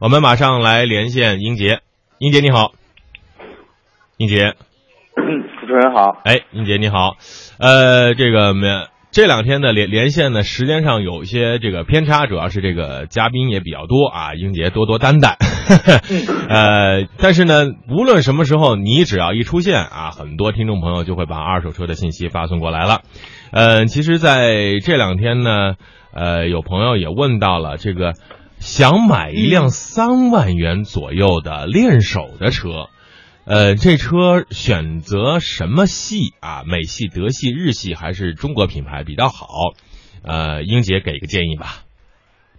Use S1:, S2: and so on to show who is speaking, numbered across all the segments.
S1: 我们马上来连线英杰，英杰你好，英杰，
S2: 主持人好，
S1: 哎，英杰你好，呃，这个没这两天的连连线呢，时间上有一些这个偏差，主要是这个嘉宾也比较多啊，英杰多多担待。 呃，但是呢，无论什么时候，你只要一出现啊，很多听众朋友就会把二手车的信息发送过来了。呃，其实在这两天呢，呃，有朋友也问到了这个，想买一辆三万元左右的练手的车。呃，这车选择什么系啊？美系、德系、日系还是中国品牌比较好？呃，英姐给个建议吧。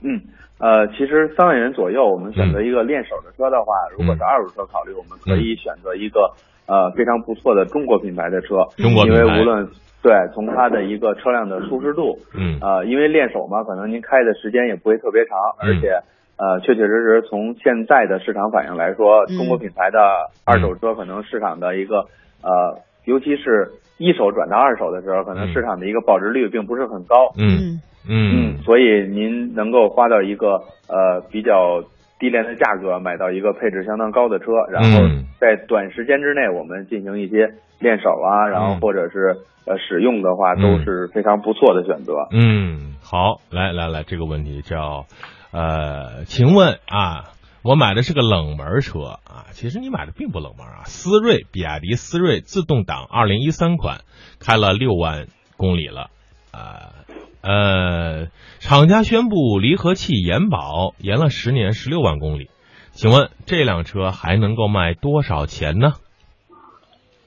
S2: 嗯，呃，其实三万元左右，我们选择一个练手的车的话，
S1: 嗯
S2: 如果是二手车考虑，我们可以选择一个呃非常不错的中国品牌的车，
S1: 中国
S2: 因
S1: 品
S2: 为
S1: 牌
S2: 无，论对从它的一个车辆的舒适度，
S1: 嗯
S2: 呃，因为练手嘛，可能您开的时间也不会特别长，而且、呃，确确实实从现在的市场反应来说，
S3: 嗯
S2: 中国品牌的二手车可能市场的一个呃，尤其是一手转到二手的时候，可
S1: 嗯
S2: 能市场的一个保值率并不是很高。
S1: 嗯
S3: 嗯
S1: 嗯
S2: 嗯，所以您能够花到一个呃比较低廉的价格买到一个配置相当高的车，然后
S1: 嗯
S2: 在短时间之内我们进行一些练手啊，然后或者是呃使用的话，
S1: 嗯
S2: 都是非常不错的选择。
S1: 嗯，好，来来来，这个问题叫，呃，请问啊，我买的是个冷门车啊，其实你买的并不冷门啊，思锐，比亚迪思锐自动挡，二零一三款，开了六万公里了，啊、呃，厂家宣布离合器延保，延了十年，十六万公里，请问这辆车还能够卖多少钱呢？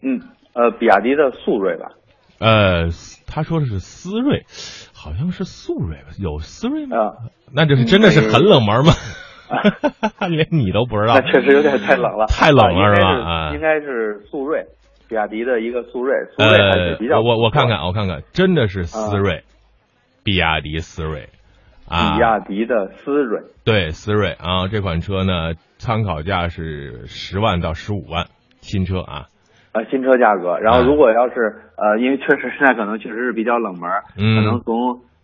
S2: 嗯，呃，比亚迪的速锐吧，
S1: 呃，他说的是思锐，好像是速锐吧？有思锐吗？
S2: 啊、
S1: 那就是真的是很冷门吗？ 连你都不知道
S2: 那，确实有点太冷了，
S1: 太冷了
S2: 啊
S1: 是吧？啊
S2: 应，该是应该是速锐，比亚迪的一个速锐，速锐还是比较
S1: 呃，
S2: 不错、
S1: 我我看看，我看看，真的是思锐，比亚迪思锐啊
S2: 比，亚迪的思锐，
S1: 对，思锐啊，这款车呢，参考价是十万到十五万，新车啊，
S2: 呃，新车价格。然后
S1: 嗯
S2: 如果要是呃，因为确实现在可能确实是比较冷门儿，可能
S1: 嗯
S2: 从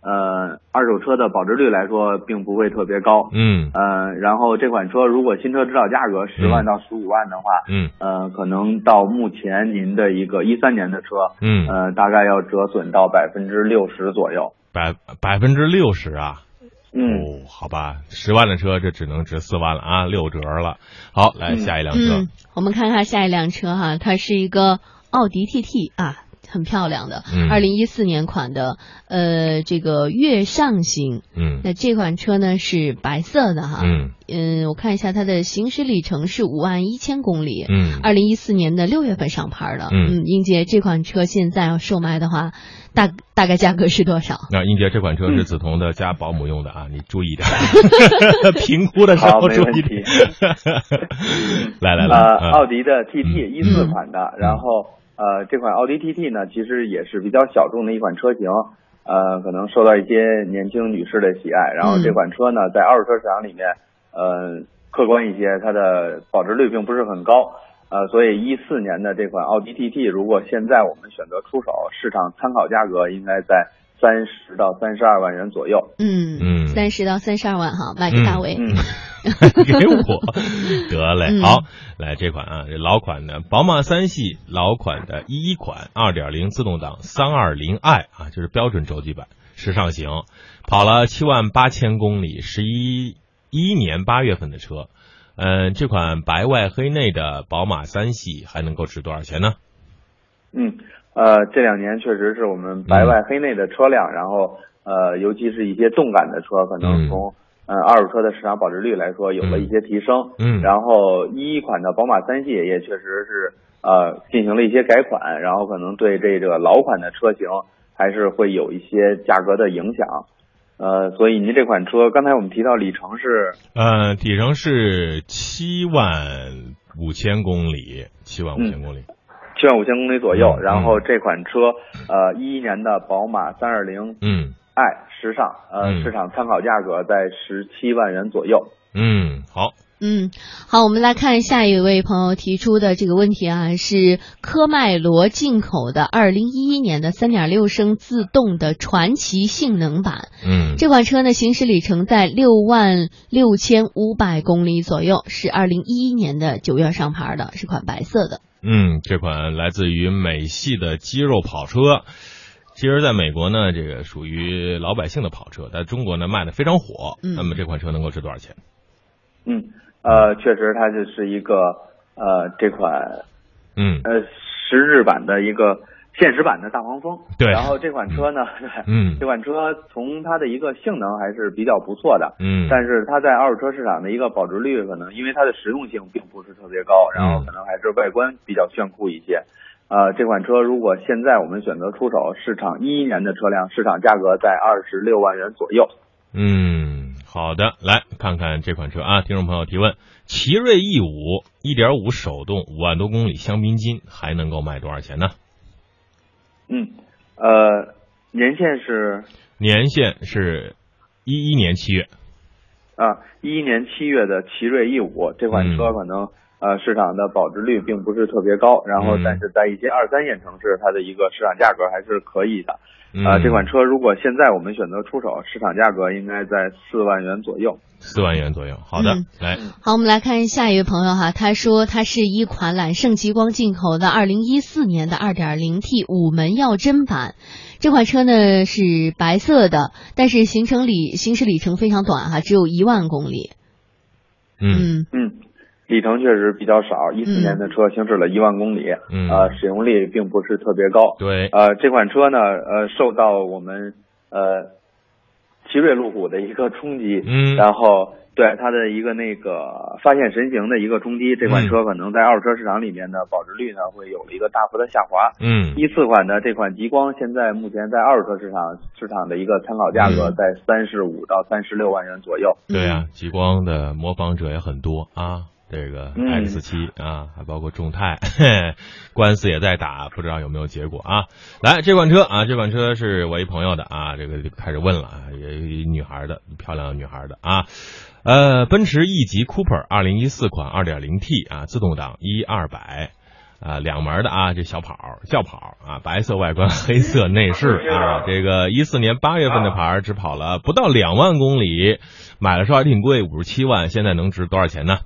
S2: 呃二手车的保值率来说，并不会特别高。
S1: 嗯
S2: 呃，然后这款车如果新车指导价格十万
S1: 嗯
S2: 到十五万的话，
S1: 嗯
S2: 呃，可能到目前您的一个一三年的车，
S1: 嗯，
S2: 呃，大概要折损到百分之六十左右。
S1: 百百分之六十啊，
S2: 嗯，
S1: 哦，好吧，十万的车这只能值四万了啊，六折了。好，来
S2: 嗯
S1: 下一辆车
S3: 嗯，，我们看看下一辆车哈，它是一个奥迪 TT 啊，很漂亮的，
S1: 嗯
S3: 二零一四年款的，呃，这个月上型。
S1: 嗯
S3: 那这款车呢是白色的哈，
S1: 嗯
S3: 嗯，我看一下它的行驶里程是五万一千公里。
S1: 嗯，
S3: 二零一四年的六月份上牌的，
S1: 嗯
S3: 嗯，英姐，这款车现在要售卖的话，大大概价格是多少？
S1: 那啊英杰这款
S2: 嗯
S1: 车是梓潼的加保姆用的啊，你注意点， 评估的时
S2: 好
S1: 候
S2: 没
S1: 注
S2: 问
S1: 意
S2: 题
S1: 点。来来来，
S2: 呃，奥
S1: 啊
S2: 迪的 TT 一四
S3: 嗯
S2: 款的，然后呃，这款奥迪 TT 呢，其实也是比较小众的一款车型，呃，可能受到一些年轻女士的喜爱。然后
S3: 嗯
S2: 这款车呢，在二手车市场里面，呃，客观一些，它的保值率并不是很高。呃，所以一四年的这款奥迪 TT，如果现在我们选择出手，市场参考价格应该在三十到三十二万元左右。
S3: 嗯
S1: 嗯
S3: 三十到三十二万哈，卖给大伟。
S2: 嗯，
S1: 给我得嘞，
S3: 嗯
S1: 好，来这款啊，这老款的宝马三系老款的一一款二点零自动挡三二零 i 啊，就是标准洲际版时尚型，跑了七万八千公里，十一一年八月份的车。嗯，这款白外黑内的宝马三系还能够值多少钱呢？
S2: 嗯，呃，这两年确实是我们
S1: 嗯
S2: 白外黑内的车辆，然后呃，尤其是一些动感的车，可
S1: 嗯
S2: 能从、呃二手车的市场保值率来说有了一些提升。
S1: 嗯，
S2: 然后一一款的宝马三系也确实是呃进行了一些改款，然后可能对这个老款的车型还是会有一些价格的影响。呃，所以您这款车刚才我们提到里程是
S1: 呃，里程是七万五千公里，七万五千公里。
S2: 七万五千公里左右，
S1: 嗯
S2: 然后
S1: 嗯
S2: 这款车呃一一年的宝马三二零
S1: 嗯
S2: 爱时尚，呃，
S1: 嗯
S2: 市场参考价格在十七万元左右。
S1: 嗯，好，
S3: 嗯，好，我们来看下一位朋友提出的这个问题啊，是科迈罗进口的2011年的3.6升自动的传奇性能版，
S1: 嗯，
S3: 这款车呢，行驶里程在六万六千五百公里左右，是二零一一年的九月上牌的，是款白色的。
S1: 嗯，这款来自于美系的肌肉跑车，其实在美国呢，这个属于老百姓的跑车，在中国呢卖的非常火。
S3: 嗯
S1: 那么这款车能够值多少钱？
S2: 嗯，呃，确实它就是一个呃这款
S1: 嗯
S2: 呃实质版的一个现实版的大黄蜂。
S1: 对
S2: 然后这款车呢，对
S1: 嗯
S2: 这款车从它的一个性能还是比较不错的，
S1: 嗯，
S2: 但是它在二手车市场的一个保值率，可能因为它的实用性并不是特别
S1: 嗯
S2: 高，然后可能还是外观比较炫酷一些。呃，这款车如果现在我们选择出手，市场一一年的车辆市场价格在二十六万元左右。
S1: 嗯，好的，来看看这款车啊，听众朋友提问：奇瑞 E 五一点五手动五万多公里香槟金还能够卖多少钱呢？
S2: 嗯，呃，年限是
S1: 年限是一一年七月。
S2: 啊，一一年七月的奇瑞 E 五这款车
S1: 嗯
S2: 可能、呃市场的保值率并不是特别高，然后
S1: 嗯
S2: 但是在一些二三线城市，它的一个市场价格还是可以的。
S1: 嗯、
S2: 啊，这款车如果现在我们选择出手，市场价格应该在四万元左右。
S1: 嗯四万元左右。好的，
S3: 嗯
S1: 来，
S3: 好，我们来看下一位朋友哈，他说它是一款揽胜极光进口的2014年的 2.0T 五门耀真版，这款车呢是白色的，但是行程里行驶里程非常短哈，只有一万公里。
S1: 嗯
S3: 嗯
S2: 嗯，里程确实比较少，一四
S3: 嗯
S2: 年的车行驶了一万公里，
S1: 嗯，
S2: 呃，使用率并不是特别高。
S1: 对，
S2: 呃，这款车呢，呃，受到我们呃奇瑞路虎的一个冲击，
S1: 嗯
S2: 然后对它的一个那个发现神行的一个冲击，这
S1: 嗯
S2: 款车可能在二手车市场里面的保值率呢会有了一个大幅的下滑。
S1: 嗯
S2: 一四款的这款极光，现在目前在二手车市场市场的一个参考价格
S1: 嗯
S2: 在三十五到三十六万元左右。
S3: 嗯
S1: 对啊，极光的模仿者也很多啊。这个
S2: 嗯
S1: X 七啊，还包括众泰， 官司也在打，不知道有没有结果啊？来，这款车啊，这款车是我一朋友的啊，这个就开始问了啊，也一女孩的，漂亮的女孩的啊，呃，奔驰 E 级 Cooper 二零一四款二点零 T 啊，自动挡一二百啊，两门的啊，这小跑轿跑啊，白色外观，黑色内饰啊，这个一四年八月份
S2: 啊
S1: 的牌儿只跑了不到两万公里，买的时候还挺贵，五十七万，现在能值多少钱呢？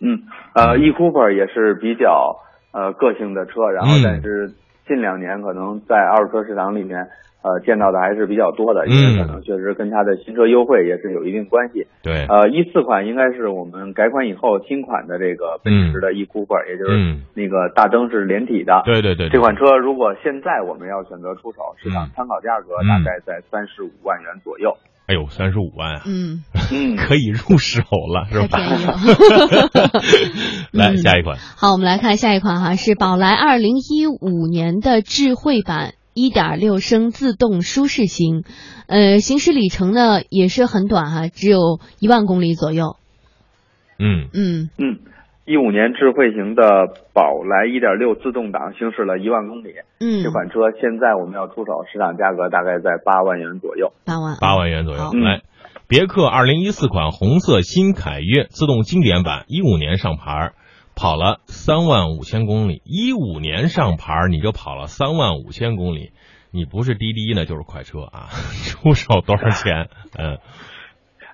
S2: 嗯，呃
S1: 嗯
S2: ，E Cooper 也是比较呃个性的车，然后
S1: 嗯
S2: 但是近两年可能在二手车市场里面呃见到的还是比较多的，因
S1: 嗯
S2: 为可能确实跟它的新车优惠也是有一定关系。
S1: 对，
S2: 呃，一四款应该是我们改款以后新款的这个奔驰的 E Cooper，、也就是
S1: 嗯，
S2: 那个大灯是连体的。
S1: 对对对，对
S2: 这款车如果现在我们要选择出手，市
S1: 嗯
S2: 场参考价格
S1: 嗯
S2: 大概在三十五万元左右。
S1: 哎呦，三十五万啊，
S3: 嗯，
S2: 嗯，
S1: 可以入手了，是
S3: 太
S1: 吧？
S3: 便宜了。
S1: 来
S3: 嗯
S1: 下一款，
S3: 好，我们来看下一款哈，是宝来二零一五年的智慧版。一点六升自动舒适型，呃，行驶里程呢也是很短哈、只有一万公里左右。
S1: 嗯
S3: 嗯
S2: 嗯，一五年智慧型的宝来1.6自动挡行驶了一万公里，
S3: 嗯，
S2: 这款车现在我们要出手，市场价格大概在八万元左右。
S3: 八万啊
S1: 八万元左右
S3: 好。
S1: 来，别克二零一四款红色新凯越自动经典版，一五年上牌，跑了三万五千公里。一五年上牌你就跑了三万五千公里，你不是滴滴呢就是快车啊！ 出手多少钱？嗯，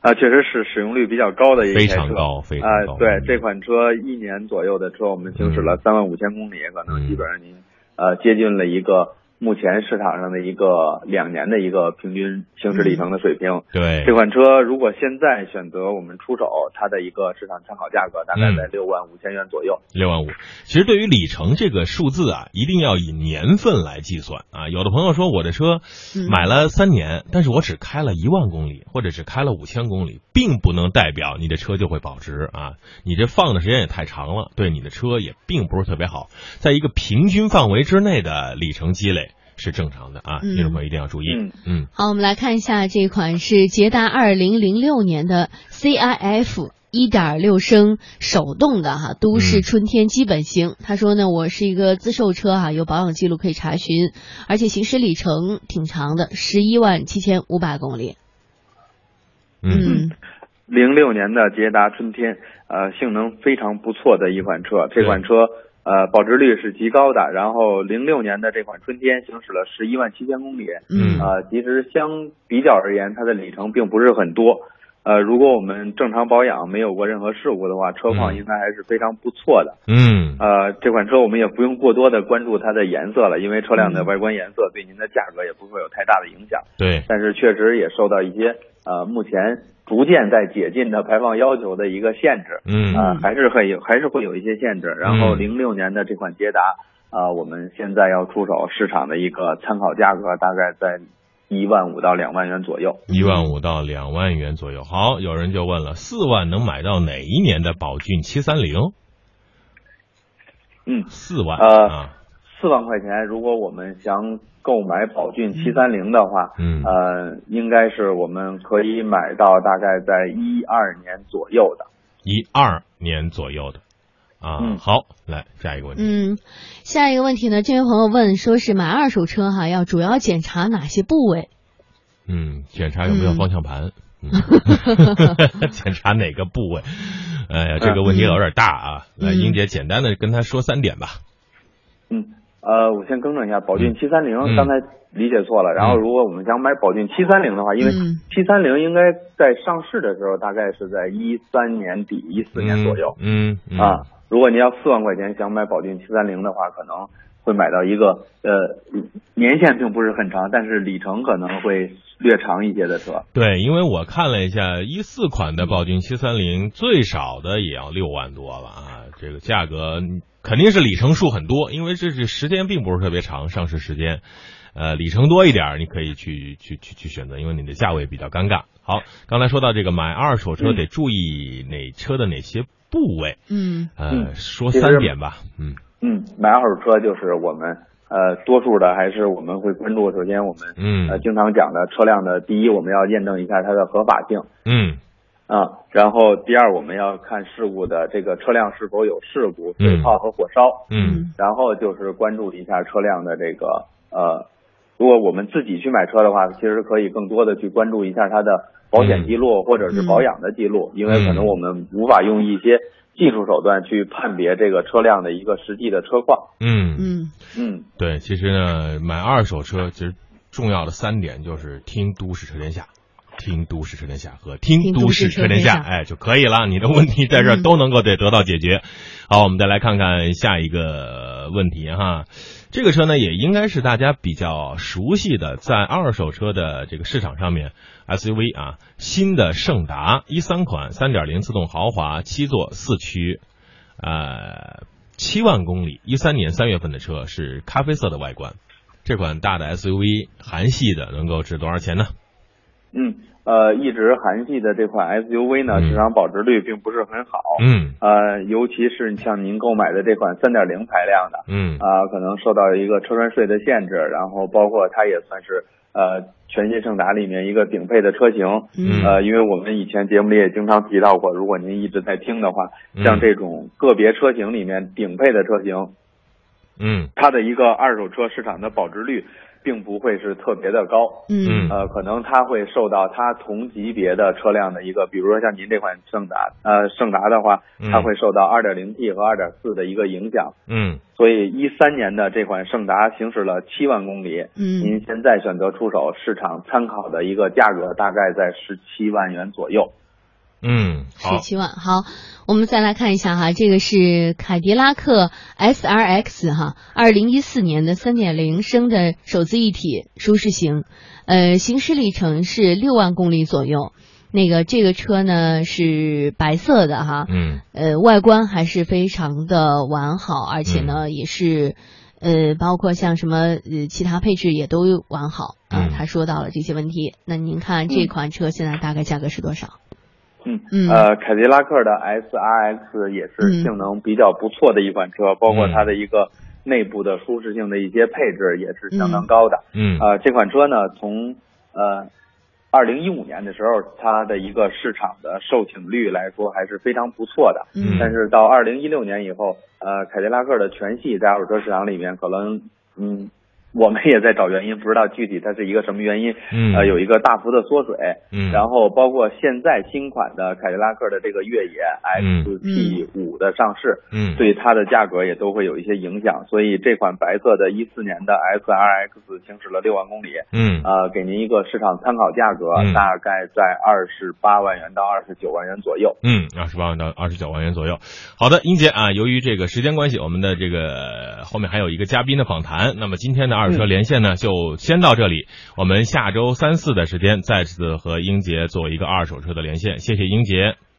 S2: 啊，确实是使用率比较高的一台
S1: 非
S2: 车
S1: 常高，非常
S2: 啊、
S1: 高。嗯
S2: 对，这款车一年左右的车，我们行驶了三万五千公里，可能基本上您呃接近了一个目前市场上的一个两年的一个平均行驶里程的水平。
S1: 对
S2: 这款车如果现在选择我们出手，它的一个市场参考价格大概在
S1: 嗯
S2: 六万五千元左右。
S1: 六万五。其实对于里程这个数字啊，一定要以年份来计算啊。有的朋友说我的车
S3: 嗯
S1: 买了三年，但是我只开了一万公里，或者只开了五千公里，并不能代表你的车就会保值啊。你这放的时间也太长了，对你的车也并不是特别好。在一个平均范围之内的里程积累是正常的啊，
S3: 嗯
S1: 听众朋友一定要注意。
S2: 嗯
S1: 嗯
S3: 好，我们来看一下这款是捷达二零零六年的 CIF 一点六升手动的哈，都市
S1: 嗯
S3: 春天基本型。他说呢，我是一个自售车哈、有保养记录可以查询，而且行驶里程挺长的，十一万七千五百公里。
S1: 嗯
S3: 嗯
S2: 零六年的捷达春天，呃，性能非常不错的一款车。这款车呃保值率是极高的，然后零六年的这款春天行驶了十一万七千公里，
S3: 嗯
S2: 呃，其实相比较而言，它的里程并不是很多。呃，如果我们正常保养，没有过任何事故的话，车况
S1: 嗯
S2: 应该还是非常不错的。
S1: 嗯
S2: 呃，这款车我们也不用过多的关注它的颜色了，因为车辆
S1: 嗯
S2: 的外观颜色对您的价格也不会有太大的影响。
S1: 对，
S2: 但是确实也受到一些呃目前逐渐在解禁的排放要求的一个限制，
S1: 嗯
S2: 啊、还是很有还是会有一些限制。然后
S1: 嗯
S2: 零六年的这款捷达，啊、我们现在要出手市场的一个参考价格大概在一万五到两万元左右。
S1: 一万五到两万元左右。好，有人就问了，四万能买到哪一年的宝骏七三零？
S2: 嗯，
S1: 四万
S2: 呃
S1: 啊，
S2: 四万块钱，如果我们想购买宝骏七三零的话，
S1: 嗯
S2: 呃，应该是我们可以买到大概在一二年左右的。
S1: 一二年左右的啊。
S2: 嗯
S1: 好，来下一个问题。
S3: 嗯，下一个问题呢？这位朋友问说是买二手车哈，要主要检查哪些部位？
S1: 嗯，检查有没有
S3: 嗯
S1: 方向盘。嗯 检查哪个部位？哎呀，
S2: 嗯
S1: 这个问题有点大啊！来，
S3: 嗯
S1: 英姐，简单的跟他说三点吧。
S2: 嗯，呃，我先更正一下，宝骏七三
S1: 嗯
S2: 零刚才理解错了。然后，如果我们想买宝骏七三零的话，因为
S3: 嗯
S2: 七三零应该在上市的时候大概是在一三年底、一四年左右、
S1: 嗯，嗯
S2: 啊，。如果您要四万块钱想买宝骏七三零的话，可能会买到一个呃年限并不是很长，但是里程可能会略长一些的车。
S1: 对，因为我看了一下，一四款的宝骏七三零最少的也要六万多了啊，这个价格肯定是里程数很多，因为这是时间并不是特别长，上市时间，呃，里程多一点儿，你可以去去去去选择，因为你的价位比较尴尬。好，刚才说到这个买二手车
S2: 嗯
S1: 得注意哪车的哪些部位，
S3: 嗯
S1: 呃，
S2: 嗯
S1: 说
S2: 其实
S1: 三点吧，嗯
S2: 嗯，买二手车就是我们呃多数的还是我们会关注，首先我们呃
S1: 嗯
S2: 经常讲的车辆的第一，我们要验证一下它的合法性。
S1: 嗯
S2: 啊，然后第二，我们要看事故的这个车辆是否有事故、
S1: 嗯
S2: 水泡和火烧，
S1: 嗯
S2: 然后就是关注一下车辆的这个呃，如果我们自己去买车的话，其实可以更多的去关注一下它的保险记
S1: 嗯
S2: 录或者是保养的记录，因为可能我们无法用一些技术手段去判别这个车辆的一个实际的车况。
S1: 嗯
S3: 嗯
S2: 嗯
S1: 对，其实呢，买二手车其实重要的三点就是听都市车天下。听都市车天下和听
S3: 听
S1: 都
S3: 都
S1: 市
S3: 市
S1: 车
S3: 车
S1: 天
S3: 天
S1: 下，
S3: 下
S1: 哎，就可以了。你的问题在这儿
S3: 嗯
S1: 都能够得得到解决。好，我们再来看看下一个呃问题哈。这个车呢，也应该是大家比较熟悉的，在二手车的这个市场上面，SUV 啊，新的圣达一三款三点零自动豪华七座四驱，呃，七万公里，一三年三月份的车是咖啡色的外观。这款大的 SUV 韩系的能够值多少钱呢？
S2: 嗯，呃，一直韩系的这款 SUV 呢，
S1: 嗯
S2: 市场保值率并不是很好。
S1: 嗯
S2: 呃，尤其是像您购买的这款3.0排量的，
S1: 嗯
S2: 啊、可能受到一个车船税的限制，然后包括它也算是呃全新胜达里面一个顶配的车型。
S1: 嗯
S2: 呃，因为我们以前节目里也经常提到过，如果您一直在听的话，
S1: 嗯
S2: 像这种个别车型里面顶配的车型，
S1: 嗯
S2: 它的一个二手车市场的保值率并不会是特别的高。
S1: 嗯
S3: 嗯
S2: 呃，可能它会受到它同级别的车辆的一个，比如说像您这款胜达，呃，胜达的话，它
S1: 嗯
S2: 会受到 2.0T 和2.4的一个影响。
S1: 嗯
S2: 所以一三年的这款胜达行驶了七万公里，
S3: 嗯
S2: 您现在选择出手，市场参考的一个价格大概在十七万元左右。
S1: 嗯，好
S3: 十，七万。好，我们再来看一下哈，这个是凯迪拉克 SRX 哈，二零一四年的三点零升的手自一体舒适型，呃，行驶里程是六万公里左右。那个这个车呢是白色的哈，
S1: 嗯
S3: 呃，外观还是非常的完好，而且呢、也是，呃，包括像什么呃其他配置也都完好啊、
S1: 嗯
S3: 他说到了这些问题，那您看这款车现在大概价格是多少？
S2: 嗯，
S3: 嗯
S2: 呃，凯迪拉克的 SRX 也
S3: 嗯
S2: 是性能比较不错的一款车，包括
S1: 嗯
S2: 它的一个内部的舒适性的一些配置也是相
S3: 嗯
S2: 当高的。
S1: 嗯
S2: 呃，这款车呢，从呃二零一五年的时候，它的一个市场的售罄率来说还是非常不错的。
S3: 嗯
S2: 但是到二零一六年以后，呃，凯迪拉克的全系在二手车市场里面可能，嗯，我们也在找原因，不知道具体它是一个什么原因。
S1: 嗯
S2: 呃，有一个大幅的缩水。
S1: 嗯
S2: 然后包括现在新款的凯迪拉克的这个越野
S1: 嗯
S2: XT 五的上市，
S1: 嗯
S2: 对它的价格也都会有一些影响。所以这款白色的一四年的 SRX 行驶了六万公里，
S1: 嗯
S2: 呃，给您一个市场参考价格，
S1: 嗯
S2: 大概在二十八万元到二十九万元左右。
S1: 嗯，二十八万到二十九万元左右。好的，英杰啊，由于这个时间关系，我们的这个后面还有一个嘉宾的访谈，那么今天的二手
S2: 嗯
S1: 车连线呢，就先到这里。我们下周三四的时间再次和英杰做一个二手车的连线，谢谢英杰。